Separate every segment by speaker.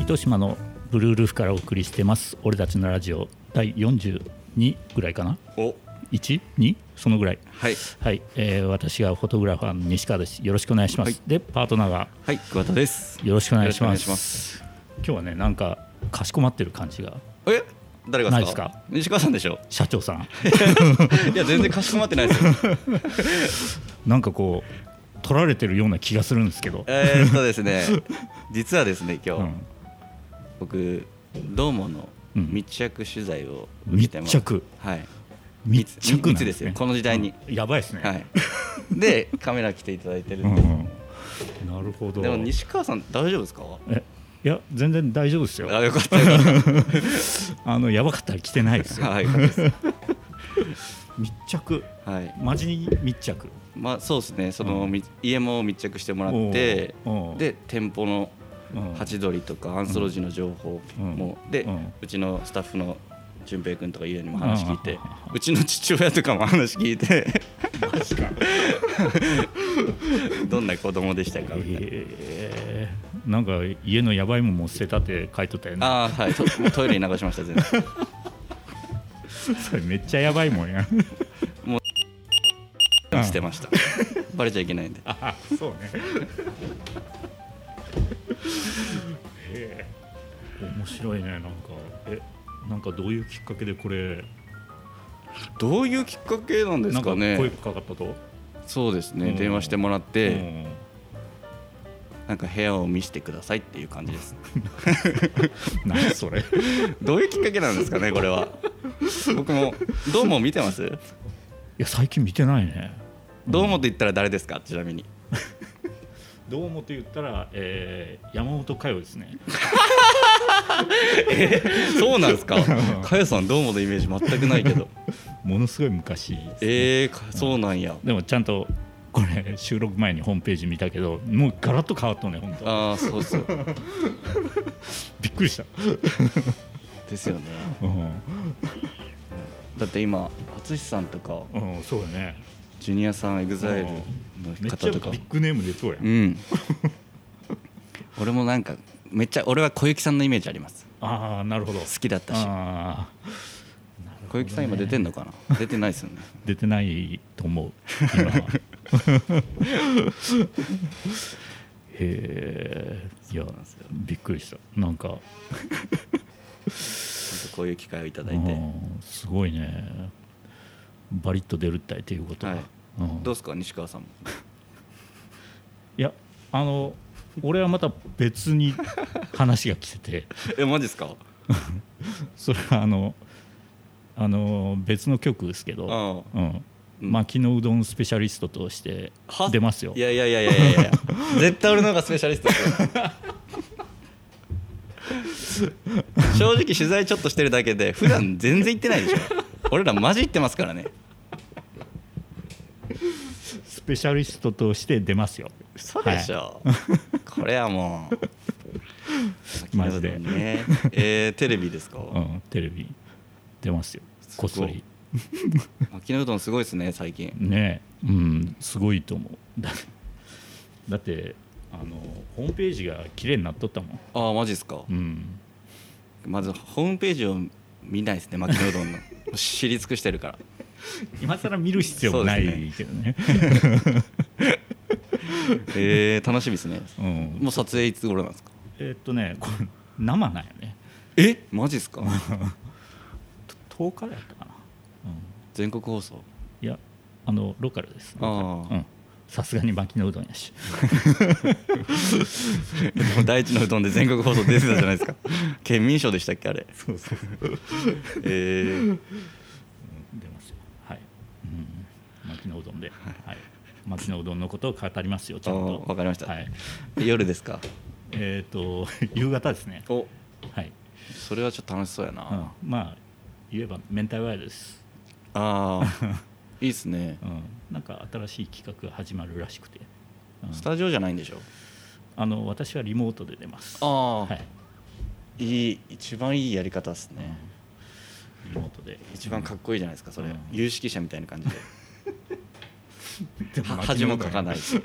Speaker 1: 広島のブルールーフからお送りしてます俺たちのラジオ第42ぐらいかな
Speaker 2: お
Speaker 1: 12そのぐらい
Speaker 2: はい
Speaker 1: はい、えー私がフォトグラファーの西川ですよろしくお願いします、
Speaker 2: はい
Speaker 1: でパートナーが
Speaker 2: はい桑田です
Speaker 1: よろしくお願いします
Speaker 2: よろしくお願いしま
Speaker 1: 今日はねなんかかしこまってる感じが
Speaker 2: え誰が
Speaker 1: ない
Speaker 2: で
Speaker 1: ですす
Speaker 2: か
Speaker 1: か
Speaker 2: 西川さんでしょ
Speaker 1: 社長さん
Speaker 2: いや全然かしこまってないですよ
Speaker 1: なんかこう取られてるような気がするんですけど、
Speaker 2: えーっとですね実はですね今
Speaker 1: う
Speaker 2: 日、
Speaker 1: ん、
Speaker 2: 僕どうもの
Speaker 1: うん
Speaker 2: 密着取材を
Speaker 1: 密
Speaker 2: してます、
Speaker 1: 着
Speaker 2: はい
Speaker 1: 密着なん
Speaker 2: 密ですよこの時代に、
Speaker 1: うんやばいですね、
Speaker 2: はいでカメラ来ていただいてる
Speaker 1: うんん
Speaker 2: です、
Speaker 1: うんなるほど
Speaker 2: でも西川さん大丈夫ですか
Speaker 1: えいや全然大丈夫ですよ
Speaker 2: あよかったよかっ
Speaker 1: あのやばかったら来てないです
Speaker 2: た
Speaker 1: よ
Speaker 2: はいよかったです
Speaker 1: 密着
Speaker 2: はい
Speaker 1: マジに密着
Speaker 2: まあそうですねその、
Speaker 1: うん
Speaker 2: み家も密着してもらってで店舗のハチドリとかアンソロジーの情報も、
Speaker 1: うん
Speaker 2: で、
Speaker 1: う
Speaker 2: うんちのスタッフの淳平君とか家にも話聞いて、
Speaker 1: う
Speaker 2: うんちの父親とかも話聞いてどんな子供でしたかみたいな、
Speaker 1: えーなんか家のやばいもんも捨てたって書いとったよね
Speaker 2: ああはいトトイレに流しました全然
Speaker 1: それめっちゃやばいもんや
Speaker 2: 捨て ましたバレちゃいけないんで
Speaker 1: あ そうね へえ面白いねなんかえなんかどういうきっかけでこれ
Speaker 2: どういうきっかけなんで
Speaker 1: な
Speaker 2: す
Speaker 1: んか
Speaker 2: か
Speaker 1: 声
Speaker 2: ね
Speaker 1: かかったと、
Speaker 2: そうですね、
Speaker 1: うん
Speaker 2: 電話してもらって、
Speaker 1: うん
Speaker 2: なんか部屋を見せてくださいっていう感じです
Speaker 1: 何そ れ
Speaker 2: どういうきっかけなんですかねこれは僕も「どうも」見てます
Speaker 1: いや最近見てないね
Speaker 2: どうもって言ったら誰ですかちなみに
Speaker 1: どうもと言ったら、えー、山本佳代ですね
Speaker 2: そうなんです かかよさんどうものイメージ全くないけど
Speaker 1: ものすごい昔ですね
Speaker 2: えー、かそうなんや
Speaker 1: でもちゃんとこれ収録前にホームページ見たけどもうガラッと変わったね本当
Speaker 2: ああそうそう
Speaker 1: びっくりした、
Speaker 2: ですよね
Speaker 1: うん
Speaker 2: だって今淳さんとか
Speaker 1: うん、そうだね
Speaker 2: ジュニアさんエグザイル
Speaker 1: め
Speaker 2: の
Speaker 1: っち
Speaker 2: 方
Speaker 1: ゃ
Speaker 2: とか
Speaker 1: ビッグネーム出そうや
Speaker 2: うんん俺もなんかめっちゃ俺は小雪さんのイメージあります
Speaker 1: ああなるほど
Speaker 2: 好きだったし
Speaker 1: あ
Speaker 2: 小雪さん今出てんのかな出てないですよね
Speaker 1: ー出てないと思う今は へえいや
Speaker 2: なんですよ
Speaker 1: びっくりしたなんか
Speaker 2: ちょっとこういう機会をいただい
Speaker 1: う
Speaker 2: て
Speaker 1: んすごいねバリッと出るったいということが
Speaker 2: はい
Speaker 1: うん
Speaker 2: どうですか西川さんも
Speaker 1: いやあの俺はまた別に話が来てて
Speaker 2: えマジですか
Speaker 1: それはあのあの別の局ですけど
Speaker 2: あ
Speaker 1: う
Speaker 2: あ
Speaker 1: ん
Speaker 2: うん
Speaker 1: 薪のうどんスペシャリストとして
Speaker 2: は
Speaker 1: 出ますよ
Speaker 2: いやいやいやいや いやいや絶対俺の方がスペシャリストですよ正直取材ちょっとしてるだけで普段全然行ってないでしょ俺らマジ行ってますからね
Speaker 1: スペシャリストとして出ますよ
Speaker 2: 嘘でし
Speaker 1: はい
Speaker 2: ょ、これはもう
Speaker 1: マジで
Speaker 2: ねえーテレビですか
Speaker 1: うん、テレビ出ますよ
Speaker 2: す
Speaker 1: こ
Speaker 2: ご
Speaker 1: っ
Speaker 2: い
Speaker 1: そり
Speaker 2: 牧野うどんすごいですね最近
Speaker 1: ねえうんすごいと思うだだってあのホームページが綺麗になっとったもん
Speaker 2: ああマジですか
Speaker 1: うん
Speaker 2: まずホームページを見ないですね牧野う どんのもう知り尽くしてるから
Speaker 1: 今更見る必要もな
Speaker 2: そうで
Speaker 1: いけどね
Speaker 2: えー楽しみですね
Speaker 1: うん
Speaker 2: もう撮影いつ頃なんですか
Speaker 1: えーっとねこれ生なんよね
Speaker 2: えマジですか
Speaker 1: 10日だったかな、うん、
Speaker 2: 全国放送
Speaker 1: いやあのローカルです
Speaker 2: ああ
Speaker 1: うんさすがに薪のうどんやし
Speaker 2: でも第一のうどんで全国放送出てたじゃないで すか県民賞でしたっけあれ
Speaker 1: そうそう
Speaker 2: えー、
Speaker 1: 出ますよはい、うん、薪のうどんで、はい、薪のうどんのことを語りますよちゃんと
Speaker 2: あわかりました
Speaker 1: はい、
Speaker 2: 夜ですか
Speaker 1: えっ、と 夕方ですね
Speaker 2: お
Speaker 1: はい、
Speaker 2: それはちょっと楽しそうやな、
Speaker 1: うん、まあ言えば明太ワイです、
Speaker 2: あ あいいっすね
Speaker 1: うん、なんか新しい企画が始まるらしくて、うん
Speaker 2: スタジオじゃないんでしょ
Speaker 1: あの私はリモートで出ます
Speaker 2: ああ
Speaker 1: はい、
Speaker 2: いい一番いいやり方っすね、
Speaker 1: リモートで
Speaker 2: 一番かっこいいじゃないですかそれ、
Speaker 1: うん
Speaker 2: 有識者みたいな感じ では
Speaker 1: 巻き
Speaker 2: 恥も
Speaker 1: のうどん
Speaker 2: かかないし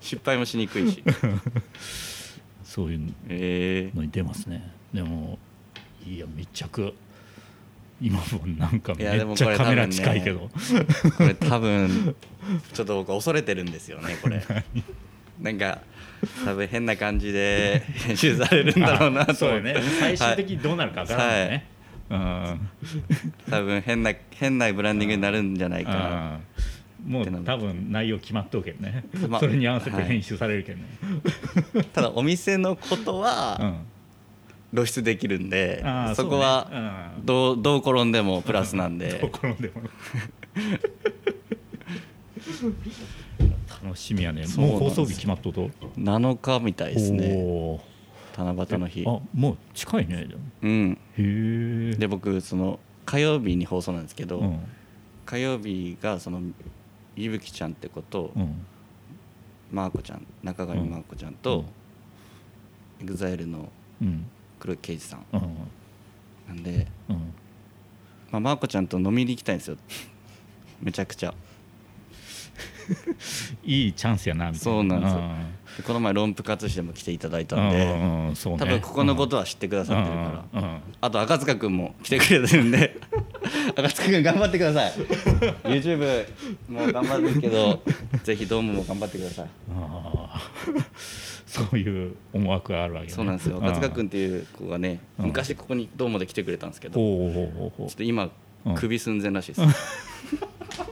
Speaker 2: 失敗もしにくいし
Speaker 1: そういうのに出ますね、えー、でもいや密着今もなんかめっちゃカメラ近いけど、ね、
Speaker 2: これ多分ちょっと僕恐れてるんですよ ねこれなんか多分変な感じで 編集されるんだろうなと、
Speaker 1: そうね最終的にどうなるか分からないね、はい
Speaker 2: 多分変な変なブランディングになるんじゃないかな
Speaker 1: もう多分内容決まっとうけどね、ま、それに合わせて編集されるけどね、
Speaker 2: はい、ただお店のことは、うん露出できるんでそこはどう、ねうん、どう転んでもプラスなんで、
Speaker 1: うん、転ん でも楽しみやねもう放送日決まっとと
Speaker 2: 7日みたいですね七夕の日
Speaker 1: あもう近いね
Speaker 2: うん
Speaker 1: へ
Speaker 2: で僕その火曜日に放送なんですけど、うん、火曜日がそのいぶきちゃんってこと、うん、マーコちゃん中上マーコちゃんと、うん、エグザイルの黒い刑事さん、うん、なんで、うん、まあ、マーコちゃんと飲みに行きたいんですよ めちゃくちゃ
Speaker 1: いいチャンスやなみ
Speaker 2: たいなそうなんですよ、うん、この前論布活しても来ていただいたんで、うんね、多分ここのことは知ってくださってるから、あと赤塚君も来てくれてるんで 赤塚君頑張ってくださ い YouTube も頑張るけどぜひドームも頑張ってください
Speaker 1: そういう思惑があるわけ、ね、
Speaker 2: そうなんですよ赤塚君っていう子がね、うん、昔ここにドームで来てくれたんですけど、うん、ちょっと今、うん、首寸前らしいです、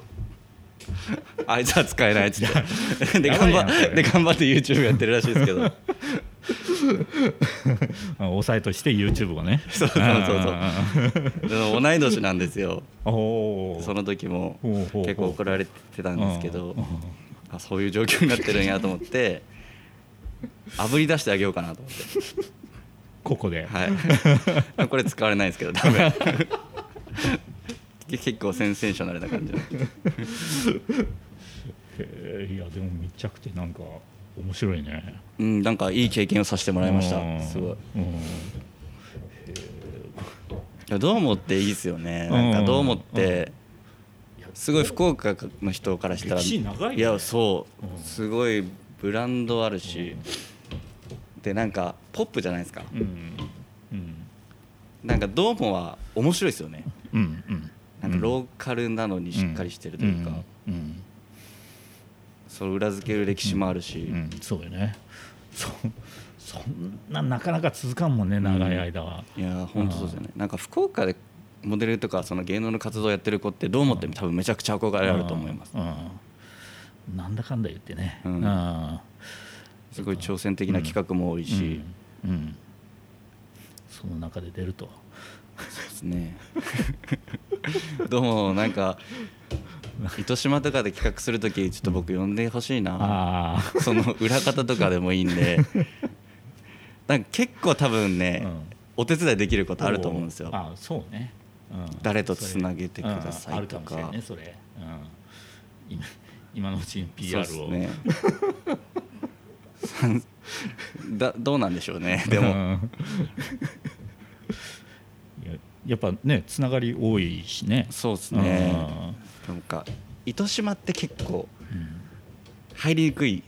Speaker 2: あいつは使えないっつってで頑張で頑張って YouTube やってるらしいですけど
Speaker 1: 抑えとして YouTube をね
Speaker 2: そうそうそうそう同い年なんですよその時も結構怒られてたんですけどあそういう状況になってるんやと思って炙り出してあげようかなと思って
Speaker 1: ここで、
Speaker 2: はい、これ使われない ですけど多分 結構センセーショナルな感じ
Speaker 1: いやでも密着ってなんか面白いね
Speaker 2: うんなんかいい経験をさせてもらいましたすごい、うん、どうもっていいですよねなんかどうもってすごい福岡の人からしたら
Speaker 1: い,、
Speaker 2: やそうすごいブランドあるし、でなんかポップじゃないですか、なんかどうもは面白いですよね、
Speaker 1: うんうん、
Speaker 2: なんかローカルなのにしっかりしてるというか、うんうんうん、その裏付ける歴史もあるし、
Speaker 1: そうよねそそんななかなか続かんもんね長い間は、
Speaker 2: いや本当そうですよねなんか福岡でモデルとかその芸能の活動やってる子ってどう思っても多分めちゃくちゃ憧れあると思います、
Speaker 1: なんだかんだ言ってね、
Speaker 2: すごい挑戦的な企画も多いし、
Speaker 1: その中で出ると
Speaker 2: そうですねどうもなんか糸島とかで企画する時ちょっと僕呼んでほしいな、うん、その裏方とかでもいいんでなんか結構多分ね、うん、お手伝いできることあると思うんですよ
Speaker 1: あそうね、
Speaker 2: うん、誰とつなげてくださいとか、
Speaker 1: うん、ねそれ、今今のうちに PR をね
Speaker 2: だどうなんでしょう ねで も、
Speaker 1: やっぱねつながり多いしね
Speaker 2: そうですねなんか糸島って結構入りにくい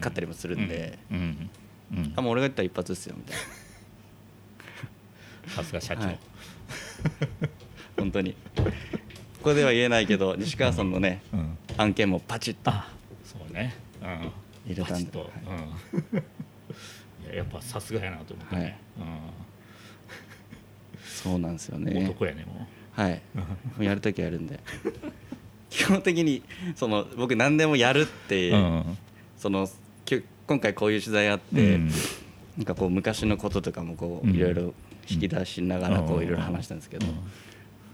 Speaker 2: かったりもするんで、うんうんうん、あもう俺が言ったら一発ですよみたい
Speaker 1: なさすが社長、はい、
Speaker 2: 本当にここでは言えないけど西川さんのね、案件もパチッと
Speaker 1: そうね、うん、、
Speaker 2: 入れたんで、はい
Speaker 1: ややっぱさすがやなと思ってね、はい
Speaker 2: そうなんですよね
Speaker 1: 男やねも
Speaker 2: うはいやる時やるんで基本的にその僕何でもやるって、うん、その今回こういう取材あって、うん、なんかこう昔のこととかもこう、うん、いろいろ引き出しながらこういろいろ話したんですけど、うん、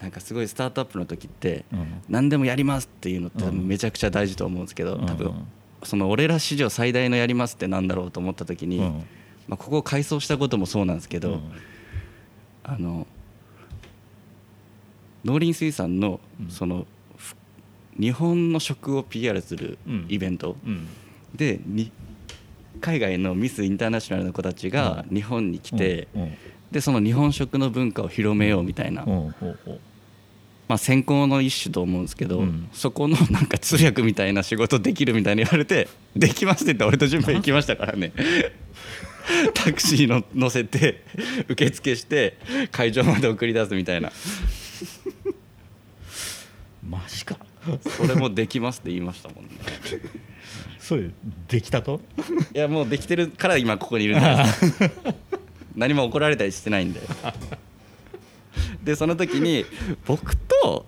Speaker 2: なんかすごいスタートアップの時って、何でもやりますっていうのってめちゃくちゃ大事と思うんですけど、多分その俺ら史上最大のやりますってなんだろうと思った時に、まあ、ここを改装したこともそうなんですけど、あの農林水産のその、日本の食を PR するイベント、で海外のミスインターナショナルの子たちが日本に来て、でその日本食の文化を広めようみたいな、まあ、専攻の一種と思うんですけど、そこのなんか通訳みたいな仕事できるみたいに言われて 「できます」って言って俺と順平行きましたからね タクシーの乗せて受付して会場まで送り出すみたいな
Speaker 1: マジか
Speaker 2: それもできますって言いましたもんね
Speaker 1: そういうできたと
Speaker 2: いやもうできてるから今ここにいるんだ 何も怒られたりしてないんででその時に僕と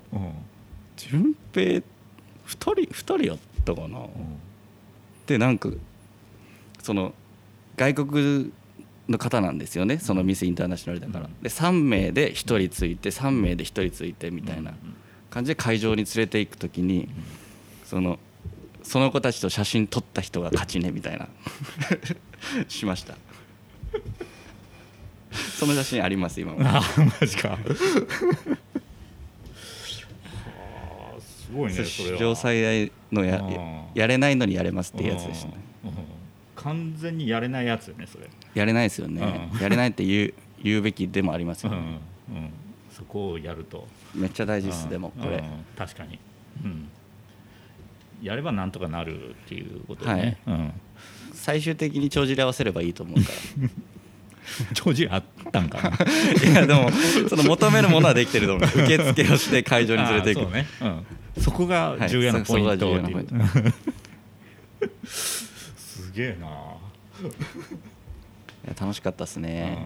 Speaker 2: 淳平2人2人やったかな、うん、でなんかその外国の方なんですよねそのミスインターナショナルだから、うん、で3名で1人ついて3名で1人ついてみたいな感じで会場に連れていく時にそのその子たちと写真撮った人が勝ちねみたい なしましたその写真あり ます今も
Speaker 1: あマジか すごいね
Speaker 2: 史上最大のややれないのにやれますっていうやつでしたね
Speaker 1: 完全にやれないやつよねそれ
Speaker 2: やれないですよね、うん、やれないって言う言うべきでもありますよね、
Speaker 1: うんうん、そこをやると
Speaker 2: めっちゃ大事ですでもこれ
Speaker 1: 確かに、やればなんとかなるっていうことね、
Speaker 2: はい最終的に帳尻合わせればいいと思うから
Speaker 1: 帳尻あったんか な
Speaker 2: いやでもその求めるものはできてると 思う受付をして会場に連れていく
Speaker 1: そ,、ねそこが重要なポイント、はい、 げえな
Speaker 2: 楽しかったっすね、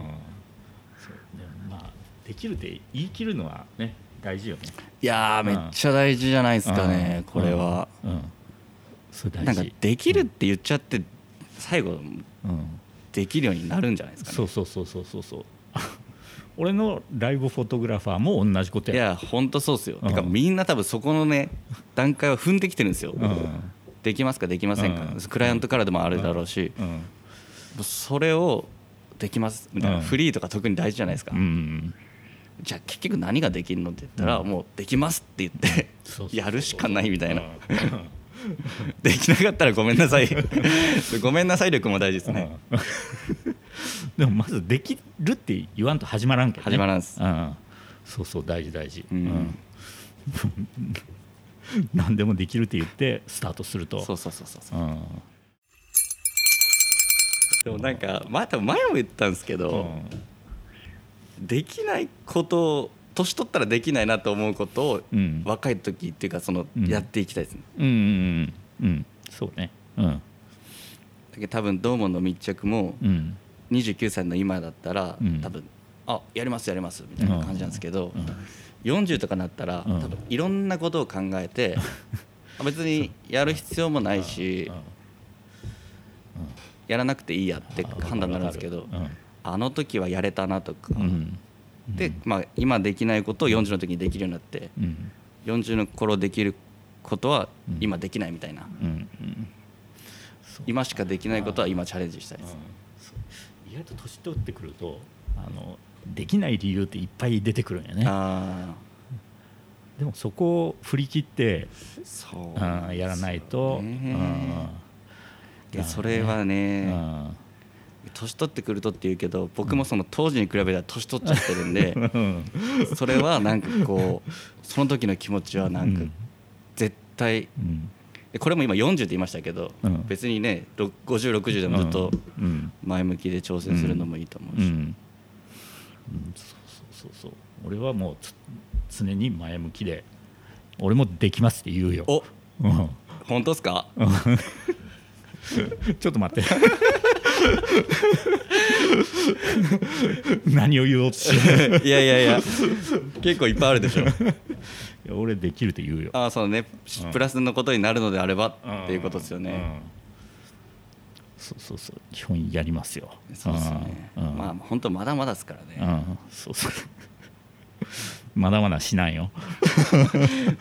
Speaker 1: うん、でもまあできるって言い切るのはね大事よね
Speaker 2: いやめっちゃ大事じゃないですかね、うん、これは、うん、なんかできるって言っちゃって最後、できるようになるんじゃないですか、ね、
Speaker 1: そうそうそうそうそうそう 俺のライブフォトグラファーも同じこと
Speaker 2: やいやほんとそうっすよ、てかみんな多分そこのね段階は踏んできてるんですよ、できますかできませんか、うん、クライアントからでもあるだろうし、うんうん、それをできますみたいな、フリーとか特に大事じゃないですか、じゃあ結局何ができるのって言ったら、もうできますって言ってやるしかないみたいなできなかったらごめんなさ いごめんなさい力も大事ですね
Speaker 1: でもまずできるって言わんと始まらんけど、
Speaker 2: ね、始まらんす、
Speaker 1: そうそう大事大事うん 何でもできるって言ってスタートすると
Speaker 2: そうそうそうそう、うん、でもなんかまた、あ、前も言ったんですけど、うん、できないことを年取ったらできないなと思うことを、うん、若い時っていうかその、やっていきたいですね
Speaker 1: うんうんうん、うん、そうねうん
Speaker 2: だけど多分「どうも」の密着も、うん、29歳の今だったら、多分「あやりますやります」みたいな感じなんですけど、40とかなったら、多分いろんなことを考 えて、うん、別にやる必要もないし、やらなくていいやって判断になるんですけど、あの時はやれたなとか、で、まあ、今できないことを40の時にできるようになって、うん、40の頃できることは今できないみたいな、今しかできないことは今チャレンジしたいです。
Speaker 1: 意外と年取ってくるとあのできない理由っていっぱい出てくるんやねでもそこを振り切ってそう、やらないと、
Speaker 2: いやそれはね年取ってくるとっていうけど僕もその当時に比べたら年取っちゃってる んで、それはなんかこうその時の気持ちはなんか絶対、これも今40って言いましたけど、別にね5060でもずっと前向きで挑戦するのもいいと思うし。
Speaker 1: うん、そうそうそうそう俺はもう常に前向きで俺もできますって言うよ
Speaker 2: お、うん、本当ですか
Speaker 1: ちょっと 待って何を言おうって
Speaker 2: いやいやいや結構いっぱいあるでしょい
Speaker 1: や俺できるって言うよ
Speaker 2: ああそうね、うん、プラスのことになるのであればっていうことですよね、うんうん
Speaker 1: そうそうそう基本やりますよ
Speaker 2: そうですね、うん、まあ本当まだまだですからね、
Speaker 1: うん、そうそう まだまだしないよ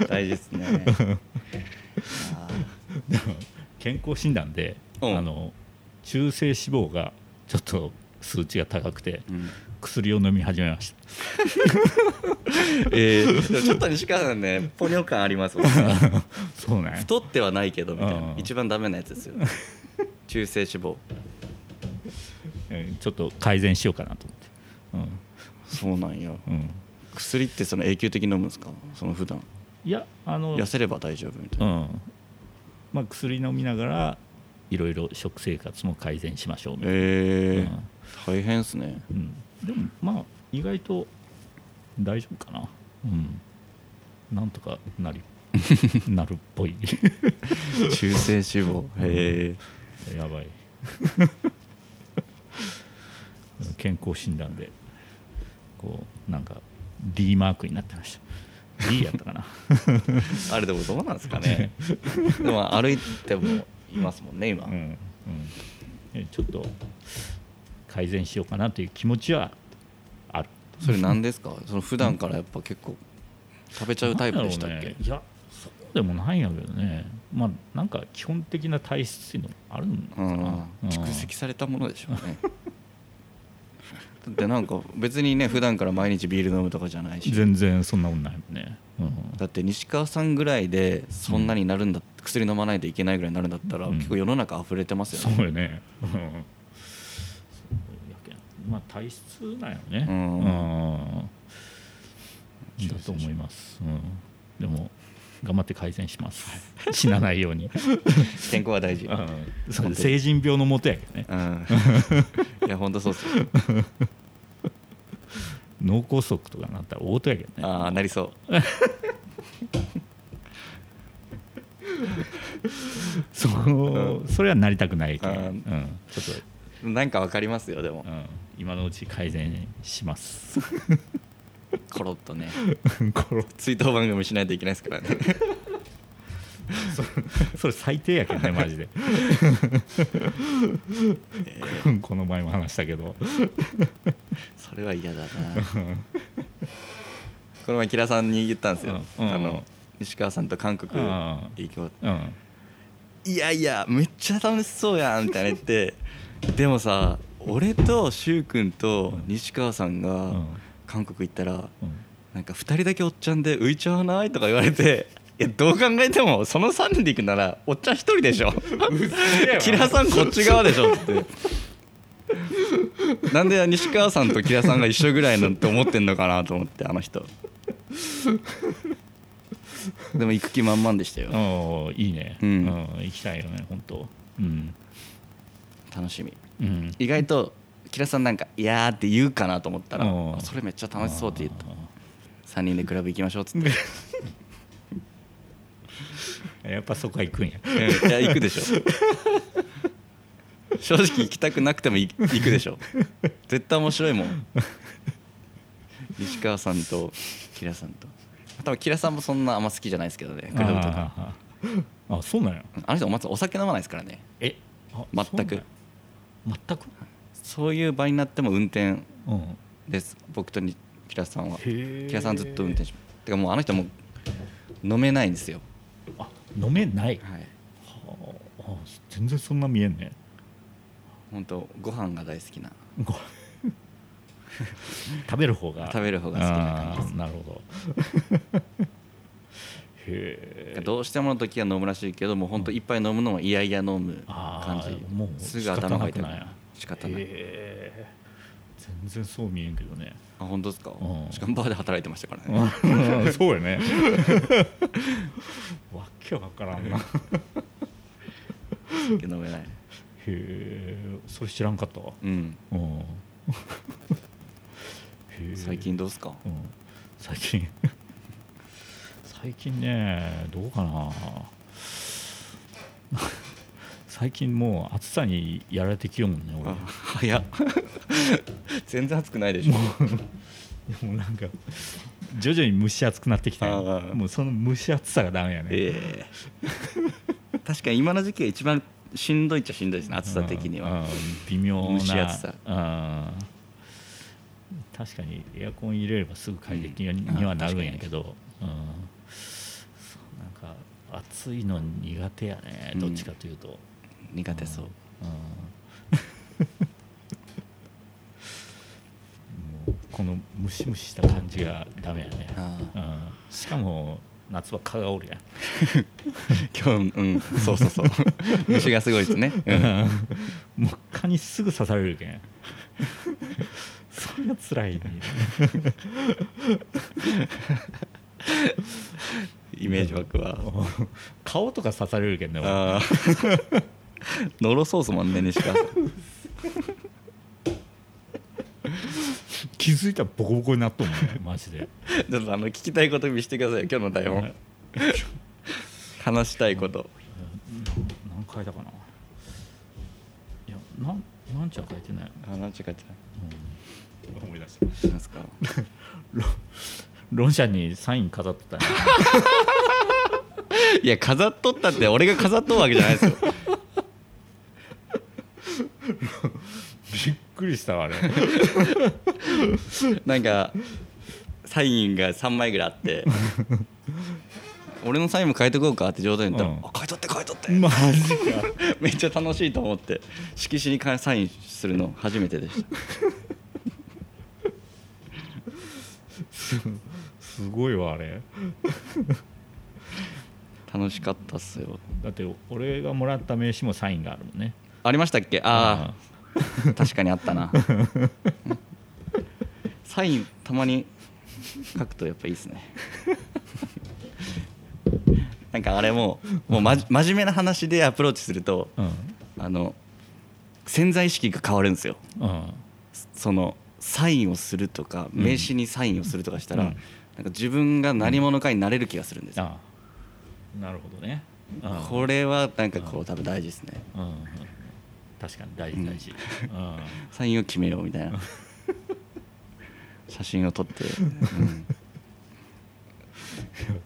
Speaker 2: 大事 ですね
Speaker 1: 健康診断で、うん、あの中性脂肪がちょっと数値が高くて、うん、薬を飲み始めました
Speaker 2: えー、ちょっと西川さんねポニョ感ありますもんね
Speaker 1: そうね
Speaker 2: 太ってはないけどみたいな、一番ダメなやつです よ中性脂肪
Speaker 1: ちょっと改善しようかなと思って、
Speaker 2: うん、そうなんや、
Speaker 1: うん、
Speaker 2: 薬ってその永久的に飲むんですかその普段
Speaker 1: いやあの
Speaker 2: 痩せれば大丈夫みたい
Speaker 1: うん
Speaker 2: な、
Speaker 1: まあ、薬飲みながらいろいろ食生活も改善しましょうみたいな、
Speaker 2: えー大変ですね
Speaker 1: うん、でもまあ意外と大丈夫かなうんなんとかな りなるっぽい
Speaker 2: 中性脂肪へ
Speaker 1: やばい 健康診断でこうなんか D マークになってました D やった かな
Speaker 2: えあれでもどうなんですか ねでも歩いてもいますもんね今、
Speaker 1: うん、うんえ、ちょっと改善しようかなという気持ちはある
Speaker 2: それ何ですかその普段からやっぱ結構食べちゃうタイプでしたっ
Speaker 1: なんだ
Speaker 2: け、
Speaker 1: ろうねいやそうでもないんやけどねまあなんか基本的な体質っていうのもあるんか
Speaker 2: う
Speaker 1: な、
Speaker 2: ん
Speaker 1: うん
Speaker 2: 蓄積されたものでしょうねだってなんか別にね普段から毎日ビール飲むとかじゃないし
Speaker 1: 全然そんなもんないもんね、うん
Speaker 2: だって西川さんぐらいでそんなになるんだ、薬飲まないといけないぐらいになるんだったら、
Speaker 1: うん
Speaker 2: 結構世の中溢れてますよ
Speaker 1: そうよ
Speaker 2: ね
Speaker 1: ねうんそうやけんまあ体質なんやろね
Speaker 2: う
Speaker 1: うんだと思います、うん、でも頑張って改善します死なないよ うに、
Speaker 2: 健康は大事、
Speaker 1: うん、そう成人病のもとやけどね
Speaker 2: うん、いや本当そうっす よ
Speaker 1: 脳梗塞とかなったら大事やけどね
Speaker 2: ああなりそう
Speaker 1: そのそれはなりたくないけん、
Speaker 2: あー
Speaker 1: うん、ちょっと
Speaker 2: なんかわかりますよでも
Speaker 1: うん今のうち改善します
Speaker 2: コロッとね
Speaker 1: これ
Speaker 2: 追悼番組しないといけないですからね
Speaker 1: それ最低やけどねマジで この前も話したけど
Speaker 2: それは嫌だな この前キラさんに言ったんですよ、
Speaker 1: うんうん
Speaker 2: あの西川さんと韓国
Speaker 1: うん
Speaker 2: 行こう
Speaker 1: うん
Speaker 2: いやいやめっちゃ楽しそうやんみたいな言って でもさ俺と柊君と西川さん
Speaker 1: う
Speaker 2: が
Speaker 1: ん
Speaker 2: 韓国行ったら
Speaker 1: うん
Speaker 2: なんか2人だけおっちゃんで浮いちゃわないとか言われていやどう考えてもその3人で行くならおっちゃん1人でしょ キラさんこっち側でしょってなんで西川さんとキラさんが一緒ぐらいなんて思ってんのかなと思ってあの人でも行く気満々でしたよ
Speaker 1: おーいいね、
Speaker 2: うん
Speaker 1: うん行きたいよね本当うん
Speaker 2: 楽しみ
Speaker 1: うん
Speaker 2: 意外とキラさんなんか「いや」って言うかなと思ったら
Speaker 1: うん
Speaker 2: 「あそれめっちゃ楽しそう」って言った
Speaker 1: あ
Speaker 2: 3人でクラブ行きましょうっつってい
Speaker 1: ーやっぱそこは行くん や
Speaker 2: や行くでしょ正直行きたくなくてもい行くでしょ絶対面白いもん石川さんとキラさんと多分キラさんもそんなあんま好きじゃないですけどねクラブとか
Speaker 1: あーあそうなんや
Speaker 2: あの人お祭りお酒飲まないですからね
Speaker 1: えあ
Speaker 2: 全く
Speaker 1: そうなんや全く、
Speaker 2: そういう場になっても運転
Speaker 1: うん
Speaker 2: です僕とにキラさんは
Speaker 1: へえ
Speaker 2: キラさんずっと運転しますてかもうあの人もう飲めないんですよ
Speaker 1: あ飲めない
Speaker 2: はい
Speaker 1: はああ全然そんな見えんね
Speaker 2: 本当ご飯が大好きな
Speaker 1: ご 食べる方が
Speaker 2: 食べる方が好きな感じです
Speaker 1: あーなるほど へえ
Speaker 2: どうしてもの時は飲むらしいけどもう本当いっぱい飲むのはいやいや飲む感
Speaker 1: あ
Speaker 2: じ
Speaker 1: ーもう
Speaker 2: すぐ頭
Speaker 1: 仕方な
Speaker 2: が痛
Speaker 1: く
Speaker 2: く
Speaker 1: なんや
Speaker 2: 仕方ない
Speaker 1: へえ全然そう見えんけど ね
Speaker 2: あ本当ですか
Speaker 1: うん
Speaker 2: しかもバーで働いてましたからね
Speaker 1: うんそうやね わけわからんなへ
Speaker 2: 酒飲めない
Speaker 1: えそれ知らんかったわ
Speaker 2: うん
Speaker 1: うんへ え
Speaker 2: 最近どうですか
Speaker 1: うん、最近 最近ねどうかな 最近もう暑さにやられてきようもんね
Speaker 2: あ早っ 全然暑くないでしょ
Speaker 1: 俺でもなんか徐々に蒸し暑くなってきたよ
Speaker 2: ああ
Speaker 1: もうその蒸し暑さがダメやね、
Speaker 2: ええ確かに今の時期が一番しんどいっちゃしんどいですね暑さ的に
Speaker 1: うんう
Speaker 2: は
Speaker 1: ん微妙な
Speaker 2: 蒸し暑さ
Speaker 1: うん確かにエアコン入れればすぐ快適に
Speaker 2: うん
Speaker 1: にはなるんやけど、うんそうなんか暑いの苦手やね
Speaker 2: うん
Speaker 1: どっちかというと、
Speaker 2: 苦手そう
Speaker 1: うんもうこのムシムシした感じがダメやね、
Speaker 2: あ
Speaker 1: うん、しかも夏は蚊がおるやん
Speaker 2: 今日うんそうそうそう 虫がすごいですねうん
Speaker 1: もう蚊にすぐ刺されるけん それが辛い、ね、
Speaker 2: イメージ枠は
Speaker 1: 顔とか刺されるけどね
Speaker 2: あー のろそうすもんね西川さん
Speaker 1: 気づいたらボコボコになっとんもんねマジで
Speaker 2: ちょっとあの聞きたいこと見してくださいよ今日の台本話したいこと
Speaker 1: 何回だかないやなんなんちゃ書いてない、
Speaker 2: あなんちゅうかち
Speaker 1: うん、思い出し
Speaker 2: ゃなんすか
Speaker 1: ロンシャンにサイン飾ってたね
Speaker 2: いや飾っとったって俺が飾っとるわけじゃないですよ
Speaker 1: びっくりしたわあれ
Speaker 2: なんかサインが3枚ぐらいあって俺のサインも変えてこうかって冗談言ったら「
Speaker 1: うん
Speaker 2: あ変えとって変えとって」
Speaker 1: マジか
Speaker 2: めっちゃ楽しいと思って色紙にかサインするの初めてでし
Speaker 1: すごいわあれ
Speaker 2: た楽しかったっすよ
Speaker 1: だって俺がもらった名刺もサインがあるもんね
Speaker 2: ありましたっけああ確かにあったなサインたまに書くとやっぱいいっすねなんかあれももう、まじ、真面目な話でアプローチすると
Speaker 1: うん
Speaker 2: あの潜在意識が変わるんですよ
Speaker 1: うん
Speaker 2: そのサインをするとか
Speaker 1: うん
Speaker 2: 名刺にサインをするとかしたら、
Speaker 1: うん
Speaker 2: なんか自分が何者かになれる気がするんですよ、
Speaker 1: ああなるほどねうん
Speaker 2: これはなんかこう多分大事ですね
Speaker 1: うんうん確かに大
Speaker 2: う
Speaker 1: 事
Speaker 2: ん
Speaker 1: 大事、うん
Speaker 2: サインを決めようみ たいな写真を撮って、うん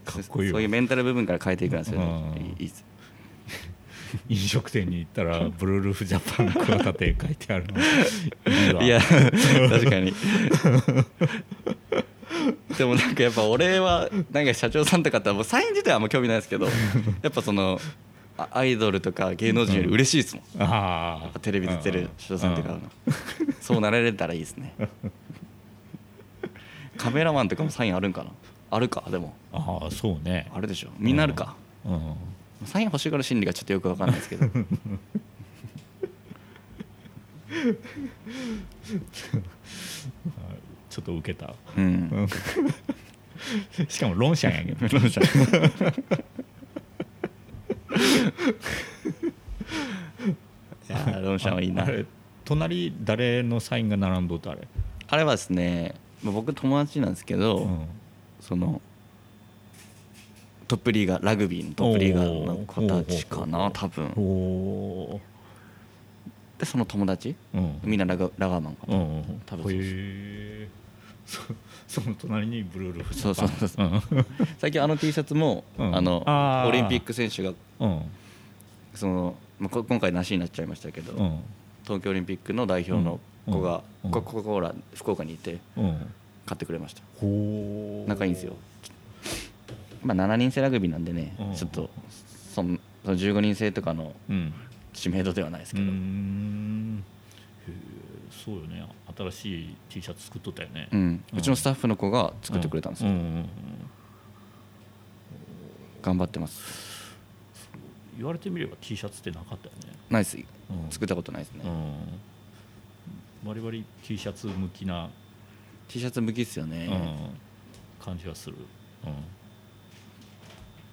Speaker 1: かっこいいわ
Speaker 2: そそういうメンタル部分から変えていくんですよね
Speaker 1: うん
Speaker 2: いいいいっす
Speaker 1: 飲食店に行ったらブルールーフジャパン桑田って書いてあ るのいいわ
Speaker 2: いや 確かにでもなんかやっぱ俺はなんか社長さんとかってもうサイン自体はあんま興味ないですけどやっぱそのあアイドルとか芸能人より嬉しいですもん、
Speaker 1: ああ
Speaker 2: テレビ出てる社長さんとかの、そうなられたらいいですねカメラマンとかもサインあるんかなあるかでも
Speaker 1: ああそうね
Speaker 2: あるでしょみんなあるか、
Speaker 1: うん
Speaker 2: サイン欲しがる心理がちょっとよくわかんないですけど
Speaker 1: ちょっと受けた
Speaker 2: うん
Speaker 1: しかもロンシャンや けど
Speaker 2: いやーロンシャンはいいな
Speaker 1: あ
Speaker 2: あれ
Speaker 1: れ隣誰のサインが並んどってあれ、
Speaker 2: はですねまあ僕友達なんですけど、
Speaker 1: うん
Speaker 2: そのトップリーガーラグビーのトップリーガーの子たちか
Speaker 1: おー
Speaker 2: な多
Speaker 1: お
Speaker 2: 分
Speaker 1: お
Speaker 2: でその友達
Speaker 1: ーうん
Speaker 2: みんなラガラガーマンか
Speaker 1: う
Speaker 2: な、
Speaker 1: んうん
Speaker 2: 多分そう
Speaker 1: へ
Speaker 2: そう
Speaker 1: え そその隣にブルールーフジ
Speaker 2: そ
Speaker 1: ャ
Speaker 2: う
Speaker 1: パ
Speaker 2: そ
Speaker 1: ン
Speaker 2: うそうそう
Speaker 1: うん
Speaker 2: 最近あの T シャツも、
Speaker 1: うん
Speaker 2: あの
Speaker 1: あー
Speaker 2: オリンピック選手が
Speaker 1: うん
Speaker 2: その、まあ、こ今回なしになっちゃいましたけど、
Speaker 1: うん
Speaker 2: 東京オリンピックの代表の子が、
Speaker 1: うんうん
Speaker 2: コココーラ福岡にいて
Speaker 1: うん
Speaker 2: 買ってくれました
Speaker 1: ほう
Speaker 2: 仲いいんですよまあ7人制ラグビーなんでね、
Speaker 1: うん
Speaker 2: ちょっとそのその15人制とかの
Speaker 1: うん
Speaker 2: 知名度ではないです
Speaker 1: うー
Speaker 2: けど、
Speaker 1: んへえそうよね新しい T シャツ作っとったよね、
Speaker 2: うん
Speaker 1: うん
Speaker 2: うちのスタッフの子が作ってくれたんですよ、
Speaker 1: うううんうん
Speaker 2: 頑張ってます
Speaker 1: 言われてみれば T シャツってなかったよね、
Speaker 2: ナイス
Speaker 1: うん、
Speaker 2: 作ったことないですね、
Speaker 1: うんバリバリ T シャツ向きな、
Speaker 2: T シャツ向きっすよね、
Speaker 1: うん、感じがする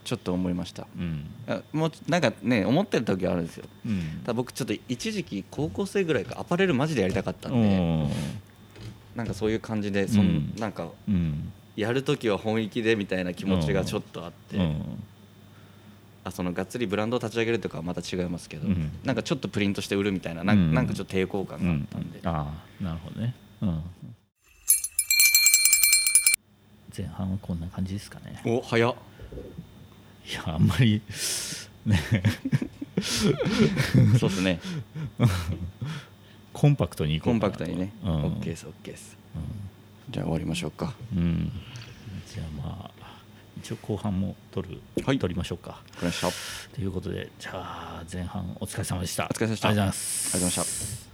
Speaker 2: ちょっと思いました
Speaker 1: うんうん
Speaker 2: あもうちょなんかね思ってる時はあるんですよ
Speaker 1: うん
Speaker 2: ただ僕ちょっと一時期高校生ぐらいからアパレルマジでやりたかったんで、なんかそういう感じでそん、
Speaker 1: うん
Speaker 2: なんか
Speaker 1: うんうん
Speaker 2: やる時は本気でみたいな気持ちがちょっとあって、
Speaker 1: うん
Speaker 2: あそのがっつりブランドを立ち上げるとかはまた違いますけど、
Speaker 1: うん
Speaker 2: なんかちょっとプリントして売るみたいななんか
Speaker 1: うん
Speaker 2: なんかちょっと抵抗感があったんで、
Speaker 1: ああなるほどね、うん、前半はこんな感じですかね
Speaker 2: お早っ
Speaker 1: いやあんまりね
Speaker 2: そうですね
Speaker 1: コンパクトにいこ
Speaker 2: コ
Speaker 1: う
Speaker 2: ン
Speaker 1: かな
Speaker 2: パク
Speaker 1: と
Speaker 2: トにね、
Speaker 1: うん
Speaker 2: OK です OK です、じゃあ終わりましょうか
Speaker 1: うんじゃあまあ一応後半も撮る、
Speaker 2: はい
Speaker 1: 撮りましょうか
Speaker 2: これでした
Speaker 1: ということでじゃあ前半お疲れ様でした
Speaker 2: お疲れ様でした
Speaker 1: ありがとうございます
Speaker 2: ありがとうございました